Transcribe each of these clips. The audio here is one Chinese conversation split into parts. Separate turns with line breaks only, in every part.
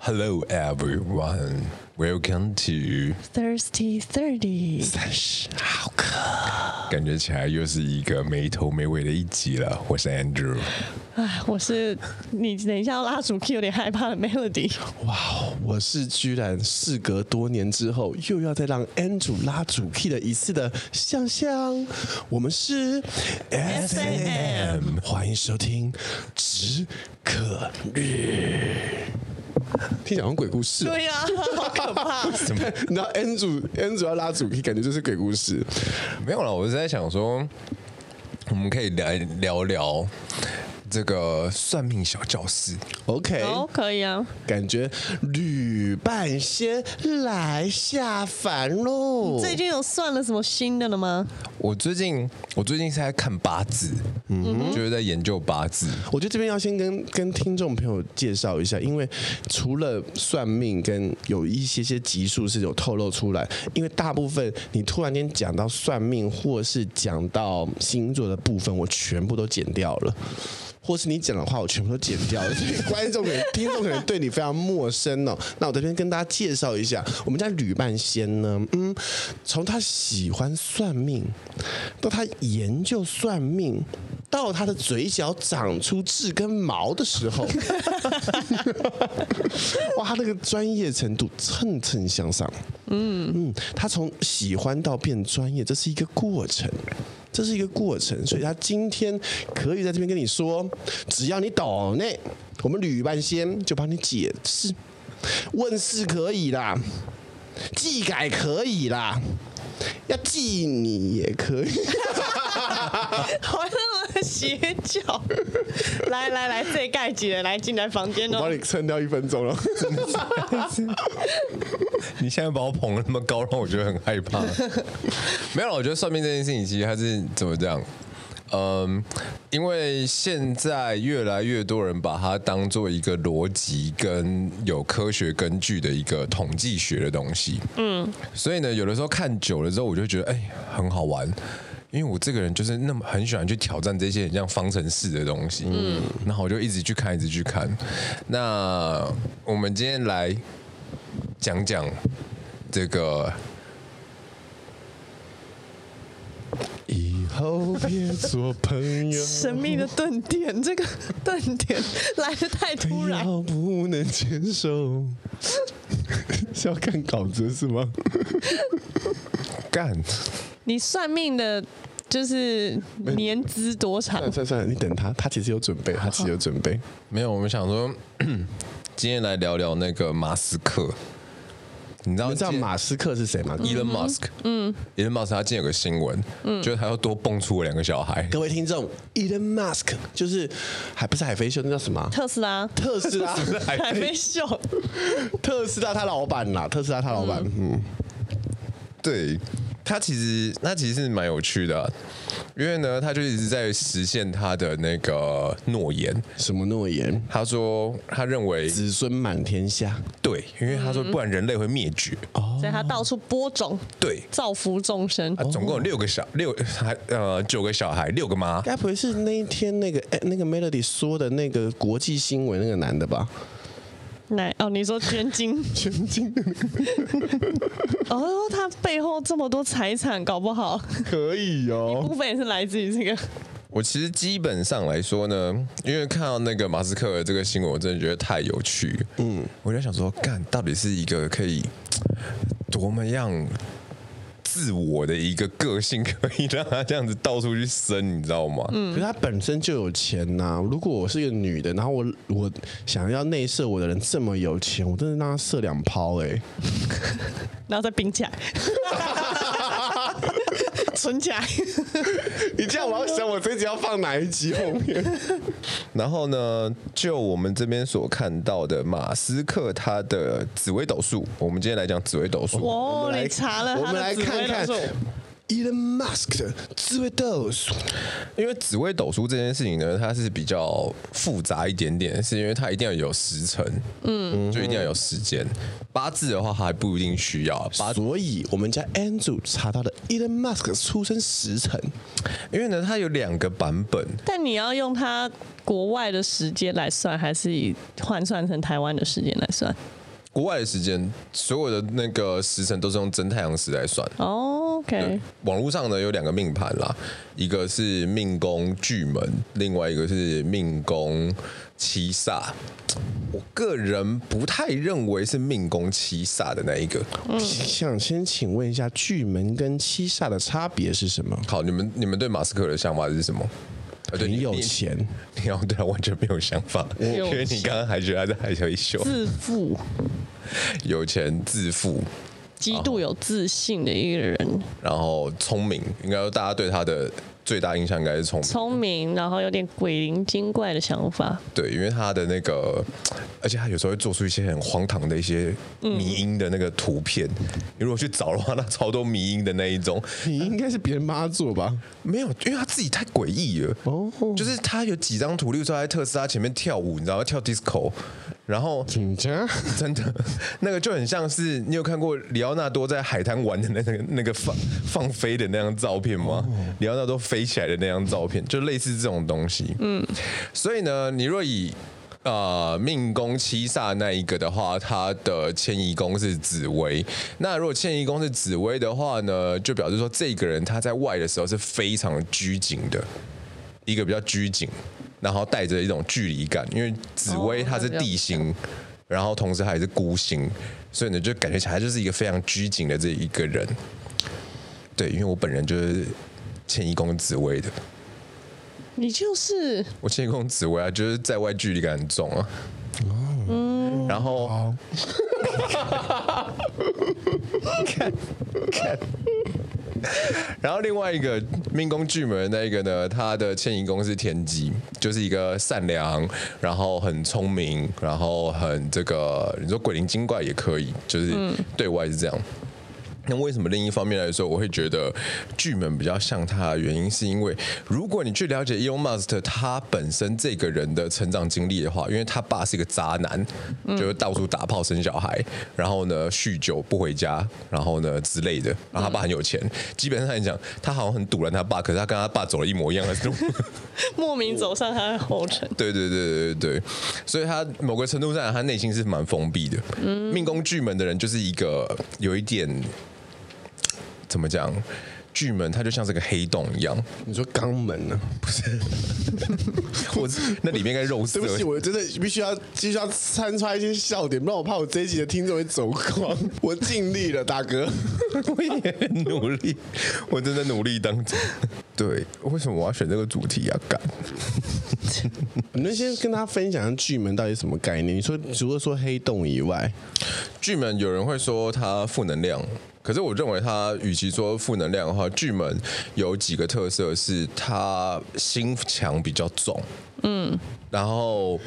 Hello everyone, welcome to
Thirsty Thirty，
三十好渴。感觉起来又是一个没头没尾的一集了。我是 Andrew，
哎，我是你等一下要拉主 K 有点害怕的 Melody，
哇哦，我是居然事隔多年之后，又要再让 Andrew 拉主 key 的一次的香香，我们是 S M，欢迎收听《止渴日》。听讲像鬼故事、哦，
对 呀、好可怕，
然后 Andrew Andrew 要拉主 key，感觉就是鬼故事。
没有了。我是在想说，我们可以来聊聊这个算命小教室。
OK，、
哦，可以啊，
感觉吕半仙来下凡喽。
最近有算了什么新的了吗？
我最近我最近是在看八字，嗯，就是在研究八字。
我觉得这边要先跟跟听众朋友介绍一下，因为除了算命跟有一些些集数是有透露出来，因为大部分你突然间讲到算命或是讲到星座的部分，我全部都剪掉了。或是你讲的话，我全部都剪掉了，所以观众可能、听众可能对你非常陌生哦。那我这边跟大家介绍一下，我们家吕半仙呢，嗯，从他喜欢算命，到他研究算命，到他的嘴角长出痣跟毛的时候， 哇，他那个专业程度蹭蹭向上。嗯嗯，他从喜欢到变专业，这是一个过程。这是一个过程，所以他今天可以在这边跟你说，只要你懂内，我们吕半仙就帮你解释，问事可以啦，技改可以啦，要记你也可以。
好像那么邪教。来来来，这一盖几人来进来房间
我
哦
帮。你撑掉一分钟了，
你现在把我捧得那么高，让我觉得很害 怕。没有啦，我觉得算命这件事情其实它是怎么讲？嗯，因为现在越来越多人把它当做一个逻辑跟有科学根据的一个统计学的东西。嗯，所以呢，有的时候看久了之后，我就觉得哎、很好玩。因为我这个人就是那么很喜欢去挑战这些很像方程式的东西，嗯，然后我就一直去看，一直去看。那我们今天来讲讲这个
以后别做朋 友。
神秘的顿点，这个顿点来的太突
不
然，
要不能牵手， 是要看稿子是吗？
干，
你算命的就是年资多 长
算？了算了算了，你等他，他其实有准备，他其实有准备。
没有，我们想说 今天来聊聊那个马斯克，你知道
你知道
今
马斯克是谁吗？
Elon Musk，嗯，Elon 嗯 Musk 他今天有个新闻，就是他又多蹦出了两个小孩，
各位听众，Elon Musk 就是还不是海飞秀，那叫什么啊？
特斯拉
特斯拉，
还没秀，
特斯拉他老板啦，特斯拉他老板，嗯，
对。他其实他其实是蛮有趣的啊、因为呢，他就一直在实现他的那个诺言。
什么诺言？
他说他认为
子孙满天下，
对，因为他说不然人类会灭绝。
所以他到处播种，
对，
造福众生
啊。，总共有六个小六还呃九个小孩，六个妈。
该不会是那一天那个哎那个 Melody 说的那个国际新闻那个男的吧？
来哦，你说捐 精，捐精。 哦，他背后这么多财产，搞不好
可以哦，
部分也是来自于这个。
我其实基本上来说呢，因为看到那个马斯克的这个新闻，我真的觉得太有趣。嗯，我就想说，干到底是一个可以多么样自我的一个个性，可以让他这样子到处去生，你 知道吗？嗯，
可是他本身就有钱呐、如果我是一个女的，然后我我想要内射我的人这么有钱，我真的让他射两炮哎、
然后再冰起来， 存起来。
你这样我要想我这集要放哪一集后面？
然后呢，就我们这边所看到的马斯克他的紫微斗数，我们今天来讲紫微斗数。
哦，你查了
我
他的
们来
紫
看
微斗
看
数，
Elon Musk 的智慧豆数。
因为紫微斗数这件事情呢，它是比较复杂一点点，是因为它一定要有时辰，嗯，就一定要有时间。八字的话还不一定需要，八
所以我们家 Andrew 查到了 Elon Musk 出生时辰，
因为呢它有两个版本，
但你要用它国外的时间来算，还是以换算成台湾的时间来算？
国外的时间所有的那个时辰都是用真太阳时来算。
哦
对
OK，
网络上呢有两个命盘啦，一个是命宫巨门，另外一个是命宫七煞。我个人不太认为是命宫七煞的那一个。
嗯
想先请问一下巨门跟七煞的差别是什么？
好，你们你们对马斯克的想法是什么？啊，对，
很有
你，
钱，
你要对他完全没有想 法，因为你刚刚还觉得他在害羞一羞，
自负，
有钱自负，
极
哦
度有自信的一个人，
然后聪明，应该说大家对他的最大印象应该是聪明。
聪明，然后有点鬼灵精怪的想法。
对，因为他的那个，而且他有时候会做出一些很荒唐的一些
嗯
迷音的那个图片。你如果去找的话，那超多迷音的那一种，
你应该是别人帮他做吧？
没有，因为他自己太诡异了。
哦
就是他有几张图，例如说他在特斯拉前面跳舞，你知道吗？跳 disco，然后
紧张，
真的那个就很像是你有看过里奥纳多在海滩玩的那个那个放放飞的那张照片吗？里奥纳多飞起来的那张照片，就类似这种东西。嗯，所以呢，你若以呃命宫七煞那一个的话，它的迁移宫是紫薇。那如果迁移宫是紫薇的话呢，就表示说这个人他在外的时候是非常拘谨的，一个比较拘谨，然后带着一种距离感，因为紫薇它是地星，然后同时还是孤星，所以呢就感觉起来就是一个非常拘谨的这一个人。对，因为我本人就是迁移宫紫薇的，
你就是
我迁移宫紫薇啊，就是在外距离感很重啊。然后， 然后另外一个命宫巨门的那一个呢，他的迁移宫是天机，就是一个善良，然后很聪明，然后很这个你说鬼灵精怪也可以，就是对外是这样。那为什么另一方面来说，我会觉得巨门比较像他的原因，是因为如果你去了解 Elon Musk 他本身这个人的成长经历的话，因为他爸是一个渣男，就是到处打炮生小孩，然后呢酗酒不回家，然后呢之类的，然后他爸很有钱，基本上来讲，他好像很堵拦他爸，可是他跟他爸走了一模一样的路。
莫名走上他的后尘。
对对对对对，对所以他某个程度上，他内心是蛮封闭的。
嗯
命宫巨门的人就是一个有一点怎么讲，巨门他就像是个黑洞一样，
你说肛门呢、
我那里面应该肉色
对。不起，我真的必须要必须要参插一些笑点，不然我怕我这一集的听众会走 光。我尽力了，大哥。
我也很努力，我正在努力当中。 对，为什么我要选这个主题啊？干，
你们先跟大家分享一下巨门到底什么概念？你说除了说黑洞以外，
巨门有人会说它负能量，可是我认为它与其说负能量的话，巨门有几个特色是它心墙比较重，嗯，然后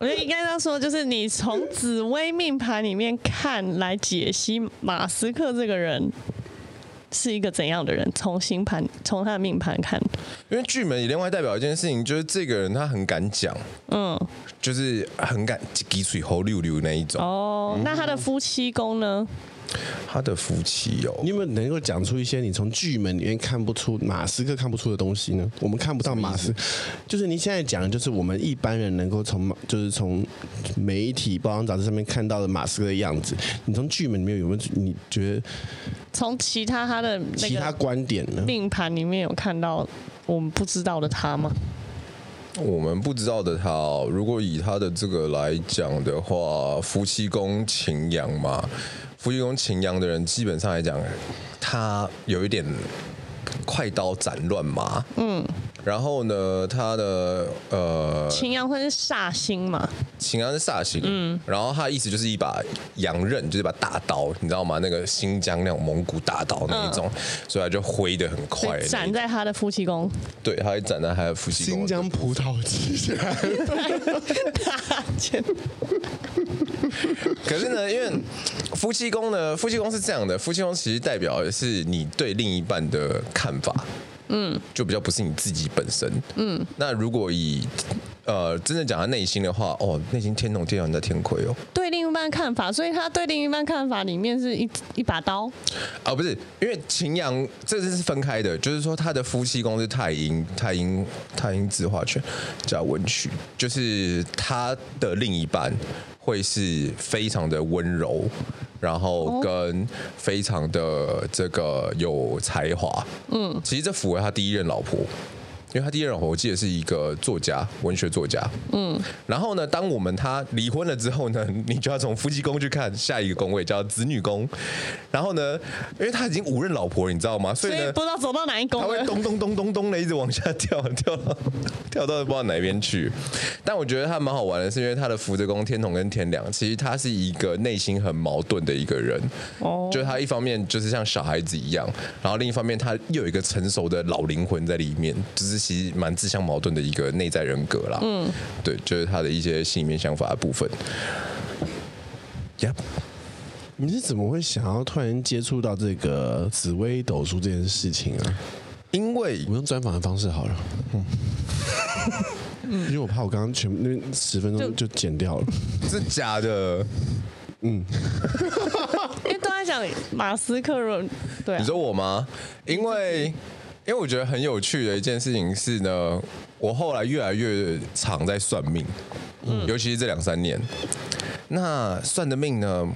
我觉得应该这样说，就是你从紫微命盘里面看来解析马斯克这个人是一个怎样的人，从星盘从他的命盘看，
因为巨门也另外代表一件事情，就是这个人他很敢讲，
嗯，
就是很敢几嘴猴溜溜那一种，
哦，那他的夫妻宫呢？
他的夫妻哦
你。有没有能够讲出一些你从巨门里面看不出马斯克看不出的东西呢？我们看不到马斯，就是你现在讲的，就是我们一般人能够从马就是从媒体、报章、杂志上面看到的马斯克的样子。你从巨门里面有没有你觉得
从其他他的那
其他
个
观点呢？
命盘里面有看到我们不知道的他吗？
我们不知道的他、哦，如果以他的这个来讲的话，夫妻宫秦阳嘛，夫妻宫秦阳的人，基本上来讲，他有一点快刀斩乱麻，嗯，然后呢，他的呃，
秦阳会是煞星嘛？
秦阳是煞星，嗯，然后他的意思就是一把洋刃，就是一把大刀，你知道吗？那个新疆那种蒙古大刀那一种，所以他就挥得很
所
快
以斩
的，
在他的夫妻 宫，
对，他会斩在他的夫妻宫
新
的
疆葡萄之下，
大剑
可是呢，因为夫妻宫呢，夫妻宫是这样的，夫妻宫其实代表的是你对另一半的看法。嗯，就比较不是你自己本身，嗯。那如果以呃真的讲他内心的话，哦，内心天同天阳在天魁哦，
对另一半看法，所以他对另一半看法里面是一一把刀，
啊，不是，因为秦阳这是分开的，就是说他的夫妻宫是太阴、太阴、太阴自化权加文曲，就是他的另一半会是非常的温柔，然后跟非常的这个有才华。嗯，其实这符合他第一任老婆。因为他第一任老婆，我记得是一个作家，文学作家。嗯，然后呢，当我们他离婚了之后呢， 你就要从夫妻宫去看下一个宫位，叫子女宫。然后呢，因为他已经五任老婆，你知道吗？所
所
以
以
呢
不，知道走到哪一宫
他会
了。
咚咚咚咚咚的一直往下跳， 跳到跳到不知道哪边去。但我觉得他蛮好玩的，是因为他的福德宫天同跟天梁，其实他是一个内心很矛盾的一个人。
哦
就是他一方面就是像小孩子一样，然后另一方面他又有一个成熟的老灵魂在里面，就是其实蛮自相矛盾的一个内在人格啦。嗯，对，就是他的一些心里面想法的部分。Yep，
你是怎么会想要突然接触到这个紫薇斗数这件事情啊？
因为
我用专访的方式好了，嗯， 因为我怕我刚刚全部那十分钟就剪掉了。
是假的，
因为都在讲马斯克人，对、啊
你，说我吗？因为因为我觉得很有趣的一件事情是呢，我后来越来越常在算命，
嗯
尤其是这两三年，那算的命呢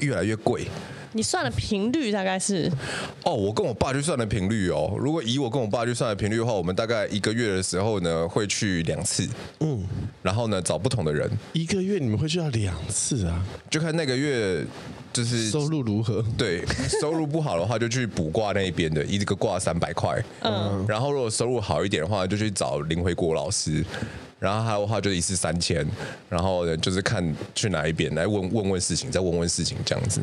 越来越贵。
你算的频率大概是
哦，我跟我爸去算的频率哦，如果以我跟我爸去算的频率的话，我们大概一个月的时候呢会去两次，嗯，然后呢找不同的人，
一个月你们会去到两次啊？
就看那个月就是
收入如何？
对，收入不好的话就去卜卦那一边的，一个卦三百块。嗯，然后如果收入好一点的话，就去找林回国老师。然后还有的话就一次三千，然后呢就是看去哪一边来问问问事情，再问问事情这样子。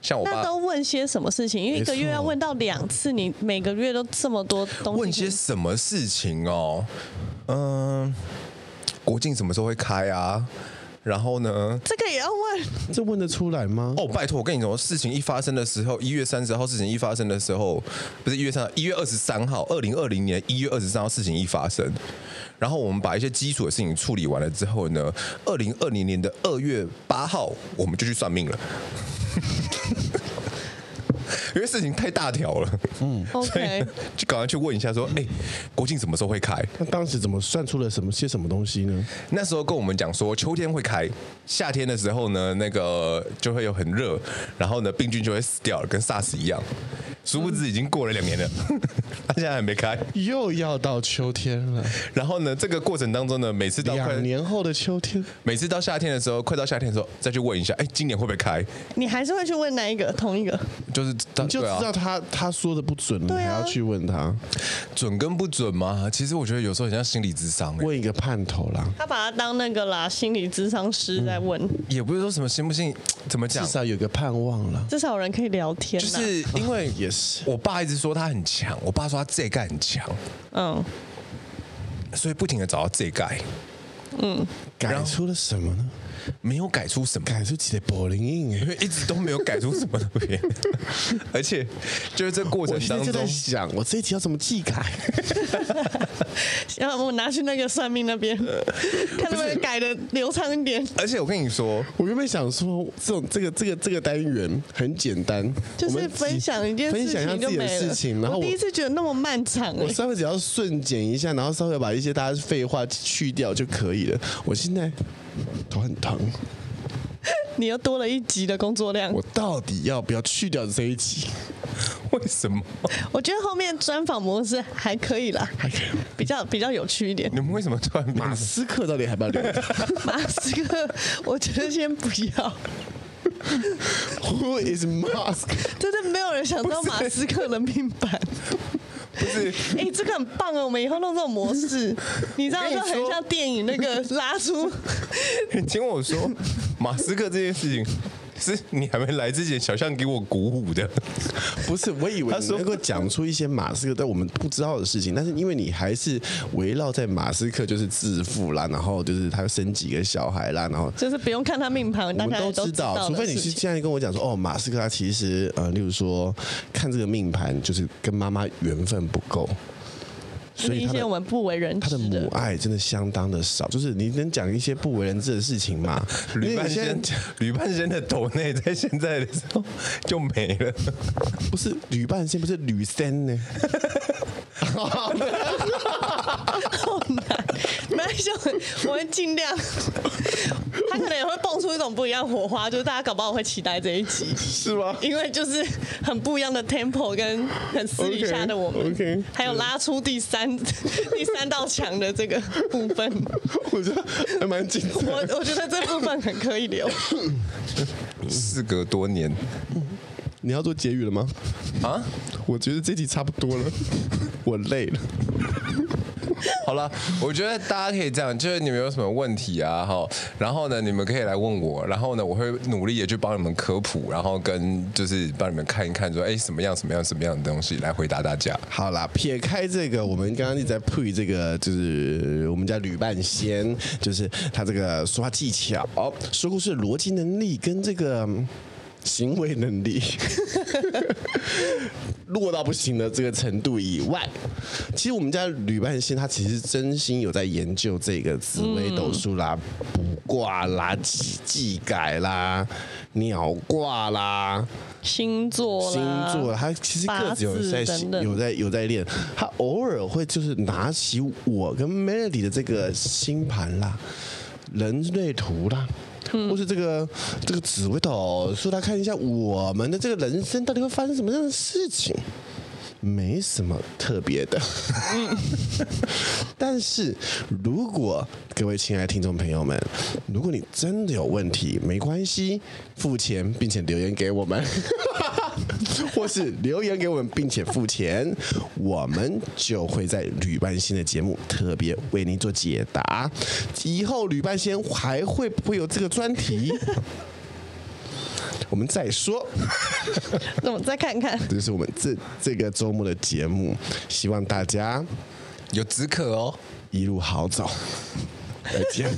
像我
那
爸
都问些什么事情？因为一个月要问到两次，你每个月都这么多东西。
问些什么事情哦？嗯，国境什么时候会开啊？然后呢？
这个也要 问，
这问得出来吗？
哦，拜托，我跟你说，事情一发生的时候，一月三十号事情一发生的时候，不是一月三，一月二十三号，二零二零年一月二十三号事情一发生，然后我们把一些基础的事情处理完了之后呢，二零二零年的二月八号，我们就去算命了。 因为事情太大条了，嗯所以
OK
就赶快去问一下，说，哎、国庆什么时候会开？
那当时怎么算出了什么些什么东西呢？
那时候跟我们讲说，秋天会开，夏天的时候呢，那个就会有很热，然后呢，病菌就会死掉了，跟 SARS 一样。殊不知已经过了两年了， 它现在还没开。
又要到秋天了，
然后呢，这个过程当中呢，每次到快
两年后的秋天，
每次到夏天的时候，快到夏天的时候，再去问一下，哎，今年会不会开？
你还是会去问哪一个？同一个？
就是
你就知
对啊
道他他说的不准了，
对啊
还要去问他，
准跟不准嘛。其实我觉得有时候很像心理智商、哎
问一个盼头啦。
他把他当那个啦，心理智商师在问，
嗯
也不是说什么信不信，怎么
至
讲，
少有个盼望了。
至少有人可以聊天啊
就
呐。
是因为
也是，
我爸一直说他很强，我爸说他这一盖很强，
嗯，
所以不停的找到这一盖。
改出了什么呢？
没有改出什么，
改出几的柏林印哎
因。为一直都没有改出什么东西， 而且就是这过程
我现
当
在就在
中，
想，我这一题要怎么技改？
要我拿去那个算命那 边，看能不能改的流畅一点。
而且我跟你说，
我原本想说，这种这个这个这个单元很简单，
就
我
是
们
分享一件
分
事
享一下
情就
自己
没
的事
了。
情，然后
我
我
第一次觉得那么漫长、
我
欸，
稍微只要顺剪一下，然后稍微把一些大家废话去掉就可以了。我现在头很疼，
你又多了一集的工作量。
我
我
到底要不要去掉这一集？
为什么
觉得后面专访模式还可以啦，还可以，比较比较有趣一点
你。们为什么突然变
马斯克到底还要不要 留？
马斯克，我觉得先不要，
Who is Musk？
真的没有人想到马斯克的命盘。
不是？
哎、这个很棒哦，我们以后弄这种模 式，你知道就很像电影那个拉出，
你听我说， 马斯克这件事情。是你还没来之前，小象给我鼓舞 的。
不是，我以为
他
你
说
能够讲出一些马斯克在我们不知道的事情，但是因为你还是围绕在马斯克就是致富啦，然后就是他生几个小孩啦，然后
就是不用看他命盘，
我
大家
们都
知
知道，
的
除非你
事
是
情
现在跟我讲说，哦，马斯克他其实呃，例如说看这个命盘，就是跟妈妈缘分不够，所以
一
他
些
的
我们不为人
他
知
的母爱真的相当的少，就是你能讲一些不为人知的事情 嘛？因
吕
为
半
你现
仙
在，
吕半仙的抖内在现在的时候就没 了。
不是吕半仙，不是吕森呢？
好难，没关系，我会尽量。 他可能也会蹦出一种不一样火花，就是大家搞不好会期待这一集，
是吗？
因为就是很不一样的 tempo 跟很私底下的我们
OK，OK
还有拉出第三 第三道墙的这个部分，
我觉得还蛮紧张
我我觉得这部分很可以留。
事隔多年
你要做结语了吗？
啊，
我觉得这集差不多了，我累了。
好了，我觉得大家可以这样，就是你们有什么问题啊，哈，然后呢，你们可以来问我，然后呢，我会努力的去帮你们科普，然后跟就是帮你们看一看说，哎，什么样什么样什么样的东西来回答大家。
好啦，撇开这个，我们刚刚一直在配这个，就是我们家吕半仙，就是他这个说话技巧、哦说故事的逻辑能力跟这个嗯行为能力 弱到不行的这个程度以外，其实我们家吕半仙他其实真心有在研究这个紫微斗数啦、卜卦啦、技技改啦、鸟卦啦。
星座
星
啦
座，他其实各自有在
八字等等
有在有在练，他偶尔会就是拿起我跟 Melody 的这个星盘啦、人类图啦。
嗯
或是这个这个紫微斗数，来看一下我们的这个人生到底会发生什么样的事情，没什么特别的。
嗯
但是，如果各位亲爱的听众朋友们，如果你真的有问题，没关系，付钱并且留言给我们， 或是留言给我们并且付钱，我们就会在旅伴星的节目特别为您做解答。以后旅伴星还会不会有这个专题？ 我们再说。
那我们再看看。
这就是我们这这个周末的节目，希望大家
有止渴哦。
一路好走，再见。